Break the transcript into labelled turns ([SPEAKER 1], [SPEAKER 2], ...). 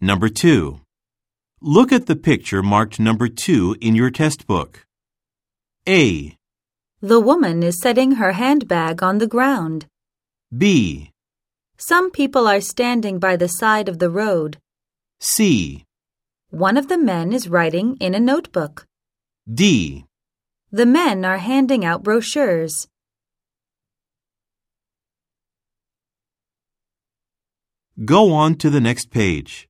[SPEAKER 1] Number 2. Look at the picture marked number 2 in your test book. A,
[SPEAKER 2] The woman is setting her handbag on the ground.
[SPEAKER 1] B,
[SPEAKER 2] Some people are standing by the side of the road.
[SPEAKER 1] C,
[SPEAKER 2] One of the men is writing in a notebook.
[SPEAKER 1] D.
[SPEAKER 2] The men are handing out brochures.
[SPEAKER 1] Go on to the next page.